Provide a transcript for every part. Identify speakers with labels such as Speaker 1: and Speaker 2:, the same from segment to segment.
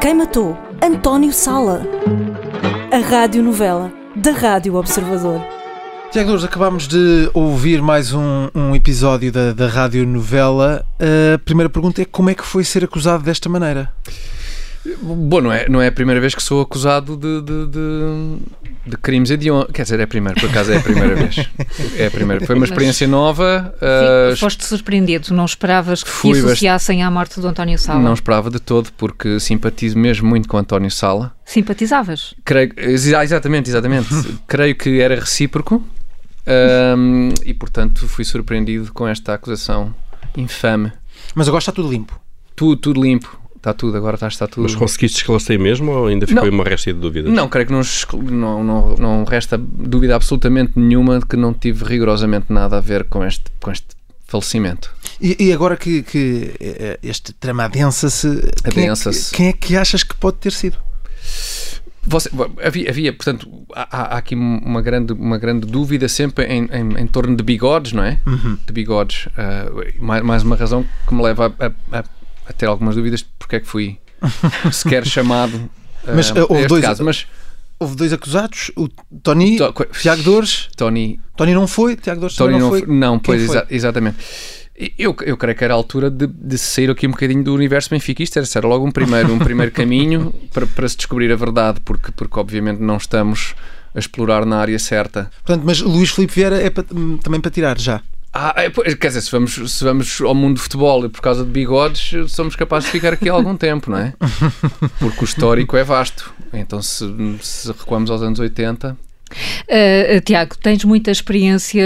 Speaker 1: Quem matou? António Sala. A Rádio Novela, da Rádio Observador.
Speaker 2: Tiago Lourdes, acabámos de ouvir mais um, um episódio da, da Rádio Novela. A primeira pergunta é como é que foi ser acusado desta maneira?
Speaker 3: Bom, não é, não é a primeira vez que sou acusado de, de, de, de crimes hediondos. Quer dizer, é a primeira, por acaso é a primeira vez. É a primeira. Foi uma
Speaker 4: Mas-
Speaker 3: experiência nova. ah,
Speaker 4: Sim, foste surpreendido, não esperavas que
Speaker 3: Fui
Speaker 4: te
Speaker 3: bast-
Speaker 4: associassem à morte do António Sala.
Speaker 3: não esperava de todo, porque simpatizo mesmo muito com António Sala.
Speaker 4: Simpatizavas?
Speaker 3: Creio, ah, exatamente, exatamente. Creio que era recíproco ahm, e, portanto, fui surpreendido com esta acusação infame.
Speaker 2: Mas agora está tudo limpo.
Speaker 3: Tudo, tudo limpo. Está tudo, agora está, está tudo.
Speaker 5: Mas conseguiste esclarecer mesmo ou ainda ficou
Speaker 3: Não.
Speaker 5: aí uma resta de dúvidas?
Speaker 3: Não, creio que não, escl- não, não, não resta dúvida absolutamente nenhuma de que não tive rigorosamente nada a ver com este, com este falecimento.
Speaker 2: E, e agora que, que, eh, este trama adensa-se, quem, é que-
Speaker 3: Adensa-se.
Speaker 2: quem é que achas que pode ter sido?
Speaker 3: Você- havia, havia, portanto, há, há- há aqui uma grande, uma grande dúvida sempre em, em, em torno de bigodes, não é?
Speaker 2: Uhum.
Speaker 3: De bigodes. Ah, mais, mais uma razão que me leva a, a- a- a ter algumas dúvidas de porque é que fui sequer chamado ah,
Speaker 2: Mas, ah,
Speaker 3: a
Speaker 2: houve
Speaker 3: este
Speaker 2: dois-
Speaker 3: caso. Mas,
Speaker 2: Houve dois acusados, o Tony,
Speaker 3: To- co-
Speaker 2: Tiago Dores.
Speaker 3: Tony,
Speaker 2: Tony não foi, Tiago Dores
Speaker 3: Tony
Speaker 2: também não,
Speaker 3: não,
Speaker 2: foi.
Speaker 3: foi- não,
Speaker 2: Quem
Speaker 3: pois,
Speaker 2: foi?
Speaker 3: exa- exatamente. E Eu, eu creio que era a altura de, de sair aqui um bocadinho do universo benfiquista, era, era logo um primeiro, um primeiro caminho para, para se descobrir a verdade, porque, porque obviamente não estamos a explorar na área certa.
Speaker 2: Portanto, mas Luís Filipe Vieira é pa- hum, também para tirar já.
Speaker 3: Ah, é, pois, quer dizer, se vamos, se vamos ao mundo de futebol e por causa de bigodes, somos capazes de ficar aqui há algum tempo, não é? Porque o histórico é vasto. Então, se, se recuamos aos anos 80,
Speaker 4: Ah, ah, Tiago, tens muita experiência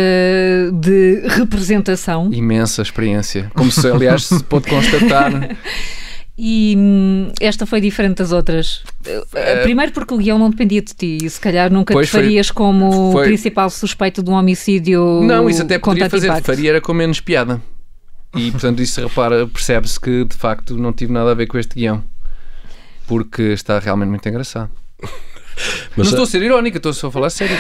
Speaker 4: de representação
Speaker 3: imensa experiência. Como se, aliás, se pôde constatar.
Speaker 4: e hum, esta foi diferente das outras. Ah, Primeiro porque o guião não dependia de ti e se calhar nunca te
Speaker 3: Pois foi-
Speaker 4: farias como
Speaker 3: foi-
Speaker 4: principal suspeito de um homicídio
Speaker 3: Não, isso até
Speaker 4: com
Speaker 3: poderia
Speaker 4: tanto
Speaker 3: fazer.
Speaker 4: impacto.
Speaker 3: Faria era com menos piada. E portanto, isso repara, percebe-se que de facto não tive nada a ver com este guião. Porque está realmente muito engraçado. não
Speaker 5: Mas eh,
Speaker 3: estou a ser irónico, estou só a falar sério.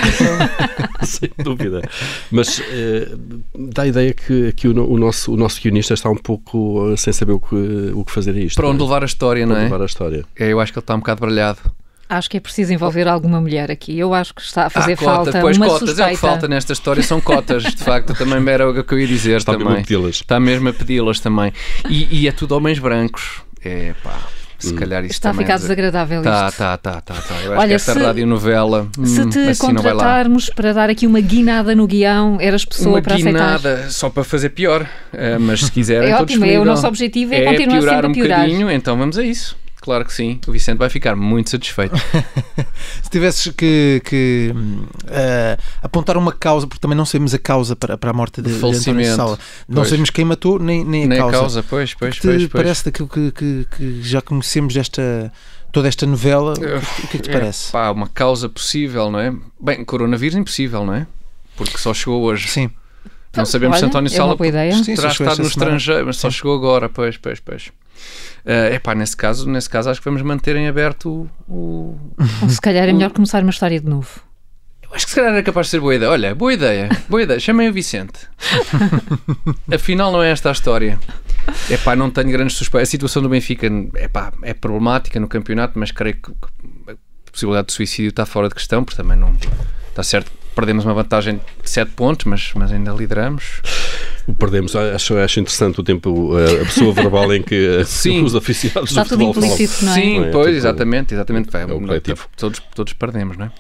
Speaker 3: é
Speaker 5: sem dúvida. Mas eh, dá a ideia que, que o, no- o nosso, o nosso guionista está um pouco eh, sem saber o que, o que fazer a isto.
Speaker 3: Para onde
Speaker 5: não é?
Speaker 3: levar a história,
Speaker 5: Para
Speaker 3: não
Speaker 5: onde
Speaker 3: é?
Speaker 5: levar a história.
Speaker 3: É, Eu acho que ele está um bocado baralhado.
Speaker 4: Acho que é preciso envolver alguma mulher aqui. Eu acho que está a fazer
Speaker 3: Ah,
Speaker 4: falta
Speaker 3: cota, pois
Speaker 4: uma
Speaker 3: cotas,
Speaker 4: suspeita.
Speaker 3: é o que falta nesta história, são cotas, de facto, também era o que eu ia dizer
Speaker 5: Está mesmo a
Speaker 3: também.
Speaker 5: pedi-las.
Speaker 3: Está mesmo a pedi-las também. E, e é tudo homens brancos. É pá, se
Speaker 5: Hum.
Speaker 3: calhar isso
Speaker 4: Está a
Speaker 3: também
Speaker 4: ficar
Speaker 3: desa-
Speaker 4: desagradável
Speaker 3: Tá,
Speaker 4: isto.
Speaker 3: tá, tá, tá, tá. Eu acho
Speaker 4: Olha,
Speaker 3: que esta
Speaker 4: se-
Speaker 3: radionovela.
Speaker 4: Se
Speaker 3: hum,
Speaker 4: te
Speaker 3: assim não vai lá.
Speaker 4: contratarmos para dar aqui uma guinada no guião, eras pessoa
Speaker 3: Uma
Speaker 4: para aceitar.
Speaker 3: guinada, só para fazer pior. Eh, mas se quiserem,
Speaker 4: É
Speaker 3: estou
Speaker 4: ótimo, é o
Speaker 3: disponível.
Speaker 4: nosso objetivo é,
Speaker 3: É
Speaker 4: continuar
Speaker 3: piorar
Speaker 4: sempre
Speaker 3: um
Speaker 4: a piorar.
Speaker 3: bocadinho, então vamos a isso. Claro que sim. O Vicente vai ficar muito satisfeito.
Speaker 2: Se tivesses que, que, hum, eh, apontar uma causa, porque também não sabemos a causa para, para a morte de,
Speaker 3: Do
Speaker 2: de António
Speaker 3: falecimento.
Speaker 2: Sala. Não
Speaker 3: Pois.
Speaker 2: sabemos quem matou, nem, nem,
Speaker 3: Nem
Speaker 2: a causa.
Speaker 3: pois, pois,
Speaker 2: que te
Speaker 3: pois, pois.
Speaker 2: parece daquilo que, que- que já conhecemos desta toda esta novela? O que,
Speaker 3: Eh,
Speaker 2: o que é que te
Speaker 3: é,
Speaker 2: parece?
Speaker 3: Pá, uma causa possível, não é? Bem, coronavírus impossível, não é? Porque só chegou hoje.
Speaker 2: Sim.
Speaker 3: Não sabemos se
Speaker 4: Olha,
Speaker 3: António
Speaker 4: é
Speaker 3: Sala
Speaker 4: uma boa ideia.
Speaker 2: Sim,
Speaker 3: terá
Speaker 2: só chegou
Speaker 3: estado
Speaker 2: esta
Speaker 3: no
Speaker 2: semana.
Speaker 3: estrangeiro, mas só chegou agora, pois, pois, pois. É epá, nesse caso, nesse caso acho que vamos manter em aberto o- o,
Speaker 4: Ou se calhar é melhor começar uma história de novo.
Speaker 3: Eu acho que se calhar era capaz de ser boa ideia. Olha, boa ideia, boa ideia. Chamei o Vicente. Afinal, não é esta a história. É pá, não tenho grandes suspeitas. A situação do Benfica epá, é problemática no campeonato, mas creio que que a possibilidade de suicídio está fora de questão, porque também não. Está certo, que perdemos uma vantagem de 7 pontos, mas, mas ainda lideramos.
Speaker 5: O perdemos. Acho, acho interessante o tempo, eh, a, a pessoa verbal em que eh,
Speaker 3: Sim.
Speaker 5: os oficiais
Speaker 4: Está
Speaker 5: do
Speaker 4: tudo
Speaker 5: futebol falam.
Speaker 4: implícito, não é?
Speaker 3: Sim,
Speaker 5: É,
Speaker 3: pois,
Speaker 5: tipo,
Speaker 3: exatamente, exatamente. Vai, tipo,
Speaker 5: é o coletivo.
Speaker 3: todos, todos perdemos, não é?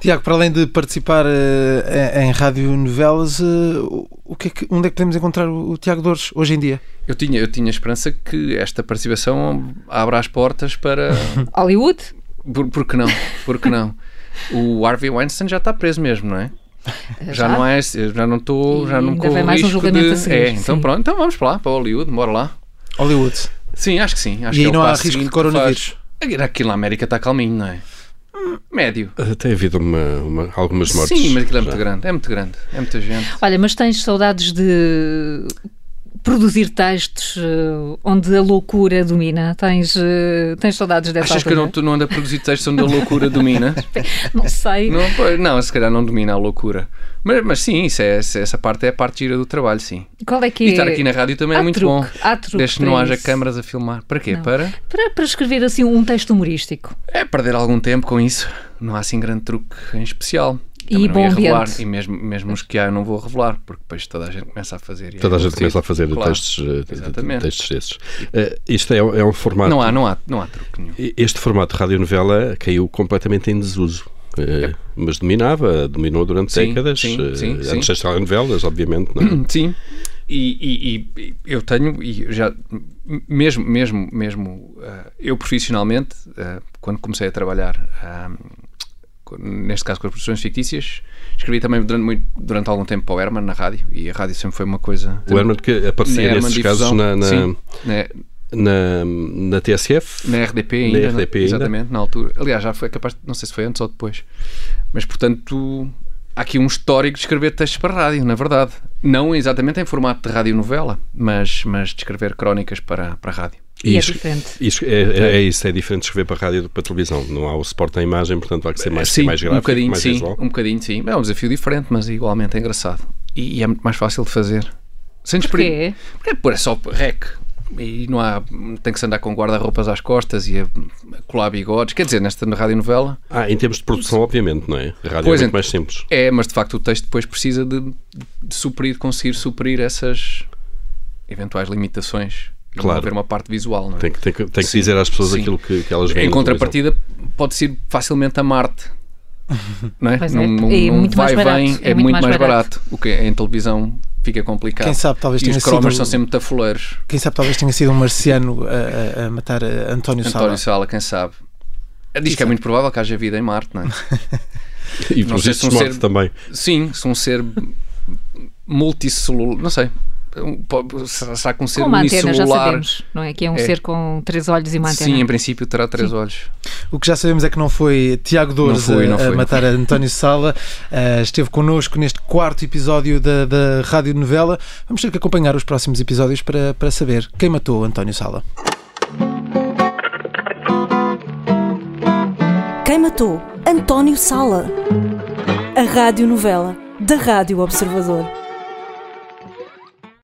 Speaker 2: Tiago, para além de participar eh, em, em rádio novelas, o que é que, onde é que podemos encontrar o, o Tiago Dores hoje em dia?
Speaker 3: Eu tinha, eu tinha esperança que esta participação abra as portas para,
Speaker 4: Hollywood?
Speaker 3: Por, por que não? Por que não? O Harvey Weinstein já está preso mesmo, não é? Já, não é, esse- já não estou,
Speaker 4: E
Speaker 3: já não
Speaker 4: ainda
Speaker 3: corro
Speaker 4: vem
Speaker 3: o
Speaker 4: mais um
Speaker 3: risco
Speaker 4: julgamento
Speaker 3: de...
Speaker 4: a seguir,
Speaker 3: é, então
Speaker 4: sim.
Speaker 3: pronto, então vamos para lá, para Hollywood, bora lá.
Speaker 2: Hollywood.
Speaker 3: Sim, acho que sim. Acho
Speaker 2: e aí
Speaker 3: que é o
Speaker 2: não há
Speaker 3: passo
Speaker 2: risco de
Speaker 3: seguinte que
Speaker 2: coronavírus.
Speaker 3: faz. Aquilo na América está calminho, não é? Médio.
Speaker 5: Eh, Tem havido uma, uma- algumas mortes.
Speaker 3: Sim, mas aquilo é
Speaker 5: já.
Speaker 3: muito grande, é muito grande, é muita gente.
Speaker 4: Olha, mas tens saudades de produzir textos eh, onde a loucura domina. Tens, eh, tens saudades dessa
Speaker 3: Achas que eu
Speaker 4: altura?
Speaker 3: não, tu não anda a produzir textos onde a loucura domina?
Speaker 4: Não sei.
Speaker 3: Não, pois, não, se calhar não domina a loucura. Mas, mas sim, isso é, essa essa parte é a parte gira do trabalho, sim.
Speaker 4: Qual é que
Speaker 3: E
Speaker 4: é?
Speaker 3: estar aqui na rádio também
Speaker 4: Há
Speaker 3: é muito
Speaker 4: truque,
Speaker 3: bom.
Speaker 4: há truque
Speaker 3: Desde que não
Speaker 4: para
Speaker 3: haja
Speaker 4: isso.
Speaker 3: câmaras a filmar. Para quê?
Speaker 4: Não.
Speaker 3: Para?
Speaker 4: Para, para escrever assim um texto humorístico.
Speaker 3: É perder algum tempo com isso. Não há assim grande truque em especial. Também
Speaker 4: E
Speaker 3: não
Speaker 4: bom
Speaker 3: ia revelar.
Speaker 4: ambiente.
Speaker 3: E mesmo, mesmo os que há eu não vou revelar, porque depois toda a gente começa a fazer. e
Speaker 5: Toda a
Speaker 3: aí eu
Speaker 5: gente começa a
Speaker 3: permito.
Speaker 5: fazer
Speaker 3: Claro.
Speaker 5: textos, eh,
Speaker 3: Exatamente.
Speaker 5: textos desses. Eh, isto é, é um formato.
Speaker 3: Não há, não há, não há truque nenhum.
Speaker 5: Este formato de radionovela caiu completamente em desuso. eh, Mas dominava, dominou durante
Speaker 3: Sim,
Speaker 5: décadas.
Speaker 3: sim, sim,
Speaker 5: eh,
Speaker 3: sim. Uhum.
Speaker 5: Antes das telenovelas, obviamente. Não é?
Speaker 3: Sim. E, e- e eu tenho, e já, m- mesmo, mesmo, mesmo ah, eu profissionalmente, ah, quando comecei a trabalhar, ah, com- neste caso com as produções fictícias, escrevi também durante, muito, durante algum tempo para o Herman na rádio, e a rádio sempre foi uma coisa. né,
Speaker 5: O Herman que
Speaker 3: Na
Speaker 5: aparecia
Speaker 3: Herman
Speaker 5: nesses
Speaker 3: Difusão,
Speaker 5: casos na, na-
Speaker 3: sim, na-
Speaker 5: na- na TSF.
Speaker 3: Na RDP
Speaker 5: Na
Speaker 3: ainda. não- é?
Speaker 5: RDP ainda.
Speaker 3: Exatamente, na altura. Aliás, já foi capaz, de- não sei se foi antes ou depois. Mas, portanto, há aqui um histórico de escrever textos para rádio, na verdade. Não exatamente em formato de radionovela, mas, mas de escrever crónicas para, para rádio.
Speaker 4: E é
Speaker 5: es-
Speaker 4: diferente.
Speaker 5: e es- é, é- é isso, é diferente de escrever para a rádio do que para a televisão. Não há o suporte à imagem, portanto há que ser É mais,
Speaker 3: sim,
Speaker 5: mais
Speaker 3: um
Speaker 5: gráfico,
Speaker 3: bocadinho,
Speaker 5: mais
Speaker 3: sim,
Speaker 5: visual.
Speaker 3: um bocadinho, sim. É um desafio diferente, mas igualmente é engraçado. E, e é muito mais fácil de fazer. Sem
Speaker 4: Porquê?
Speaker 3: despre- Porque é, pôr- é só rec. E não há. Tem que se andar com guarda-roupas às costas e a, a colar bigodes. Quer dizer, nesta radionovela
Speaker 5: Ah, em termos de produção, obviamente, não é? A rádio
Speaker 3: Pois
Speaker 5: é
Speaker 3: é.
Speaker 5: muito mais simples.
Speaker 3: É, mas de facto o texto depois precisa de, de suprir, de conseguir suprir essas eventuais limitações. E
Speaker 5: Claro.
Speaker 3: Não haver uma parte visual, não é?
Speaker 5: Tem que, tem que, tem que
Speaker 3: Sim,
Speaker 5: dizer às pessoas
Speaker 3: sim.
Speaker 5: aquilo que, que elas veem.
Speaker 3: Em
Speaker 5: na
Speaker 3: contrapartida, pode ser facilmente a Marte. Não é?
Speaker 4: Pois é,
Speaker 3: Num- num-
Speaker 4: e
Speaker 3: num
Speaker 4: muito mais
Speaker 3: vai e vem,
Speaker 4: barato,
Speaker 3: é, muito mais, barato. O que em televisão fica complicado.
Speaker 2: Quem sabe talvez
Speaker 3: e
Speaker 2: tenha
Speaker 3: os cromas
Speaker 2: sido-
Speaker 3: são sempre tafuleiros.
Speaker 2: Quem sabe talvez tenha sido um marciano a, a- a matar uh, António, Sala.
Speaker 3: António Sala, quem sabe? Diz que é muito provável que haja vida em Marte, não é?
Speaker 5: televisão. E
Speaker 3: Não
Speaker 5: pelos
Speaker 3: sei
Speaker 5: vistos
Speaker 3: se um
Speaker 5: morte
Speaker 3: ser-
Speaker 5: também.
Speaker 3: Sim, se um ser multicelular, não sei. Um- po- Será será que um ser
Speaker 4: Com uma antena, já
Speaker 3: unicelular?
Speaker 4: sabemos, não é? Que é um
Speaker 3: É.
Speaker 4: ser com três olhos e é? uma antena.
Speaker 3: Sim, em princípio terá três olhos.
Speaker 2: O que já sabemos é que não foi Tiago Dores
Speaker 3: Não fui, não
Speaker 2: a, a
Speaker 3: fui, não
Speaker 2: matar António Sala. Uh, esteve connosco neste quarto episódio da, da Rádio Novela. Vamos ter que acompanhar os próximos episódios para, para saber quem matou António Sala.
Speaker 1: Quem matou António Sala? A radionovela da Rádio Observador.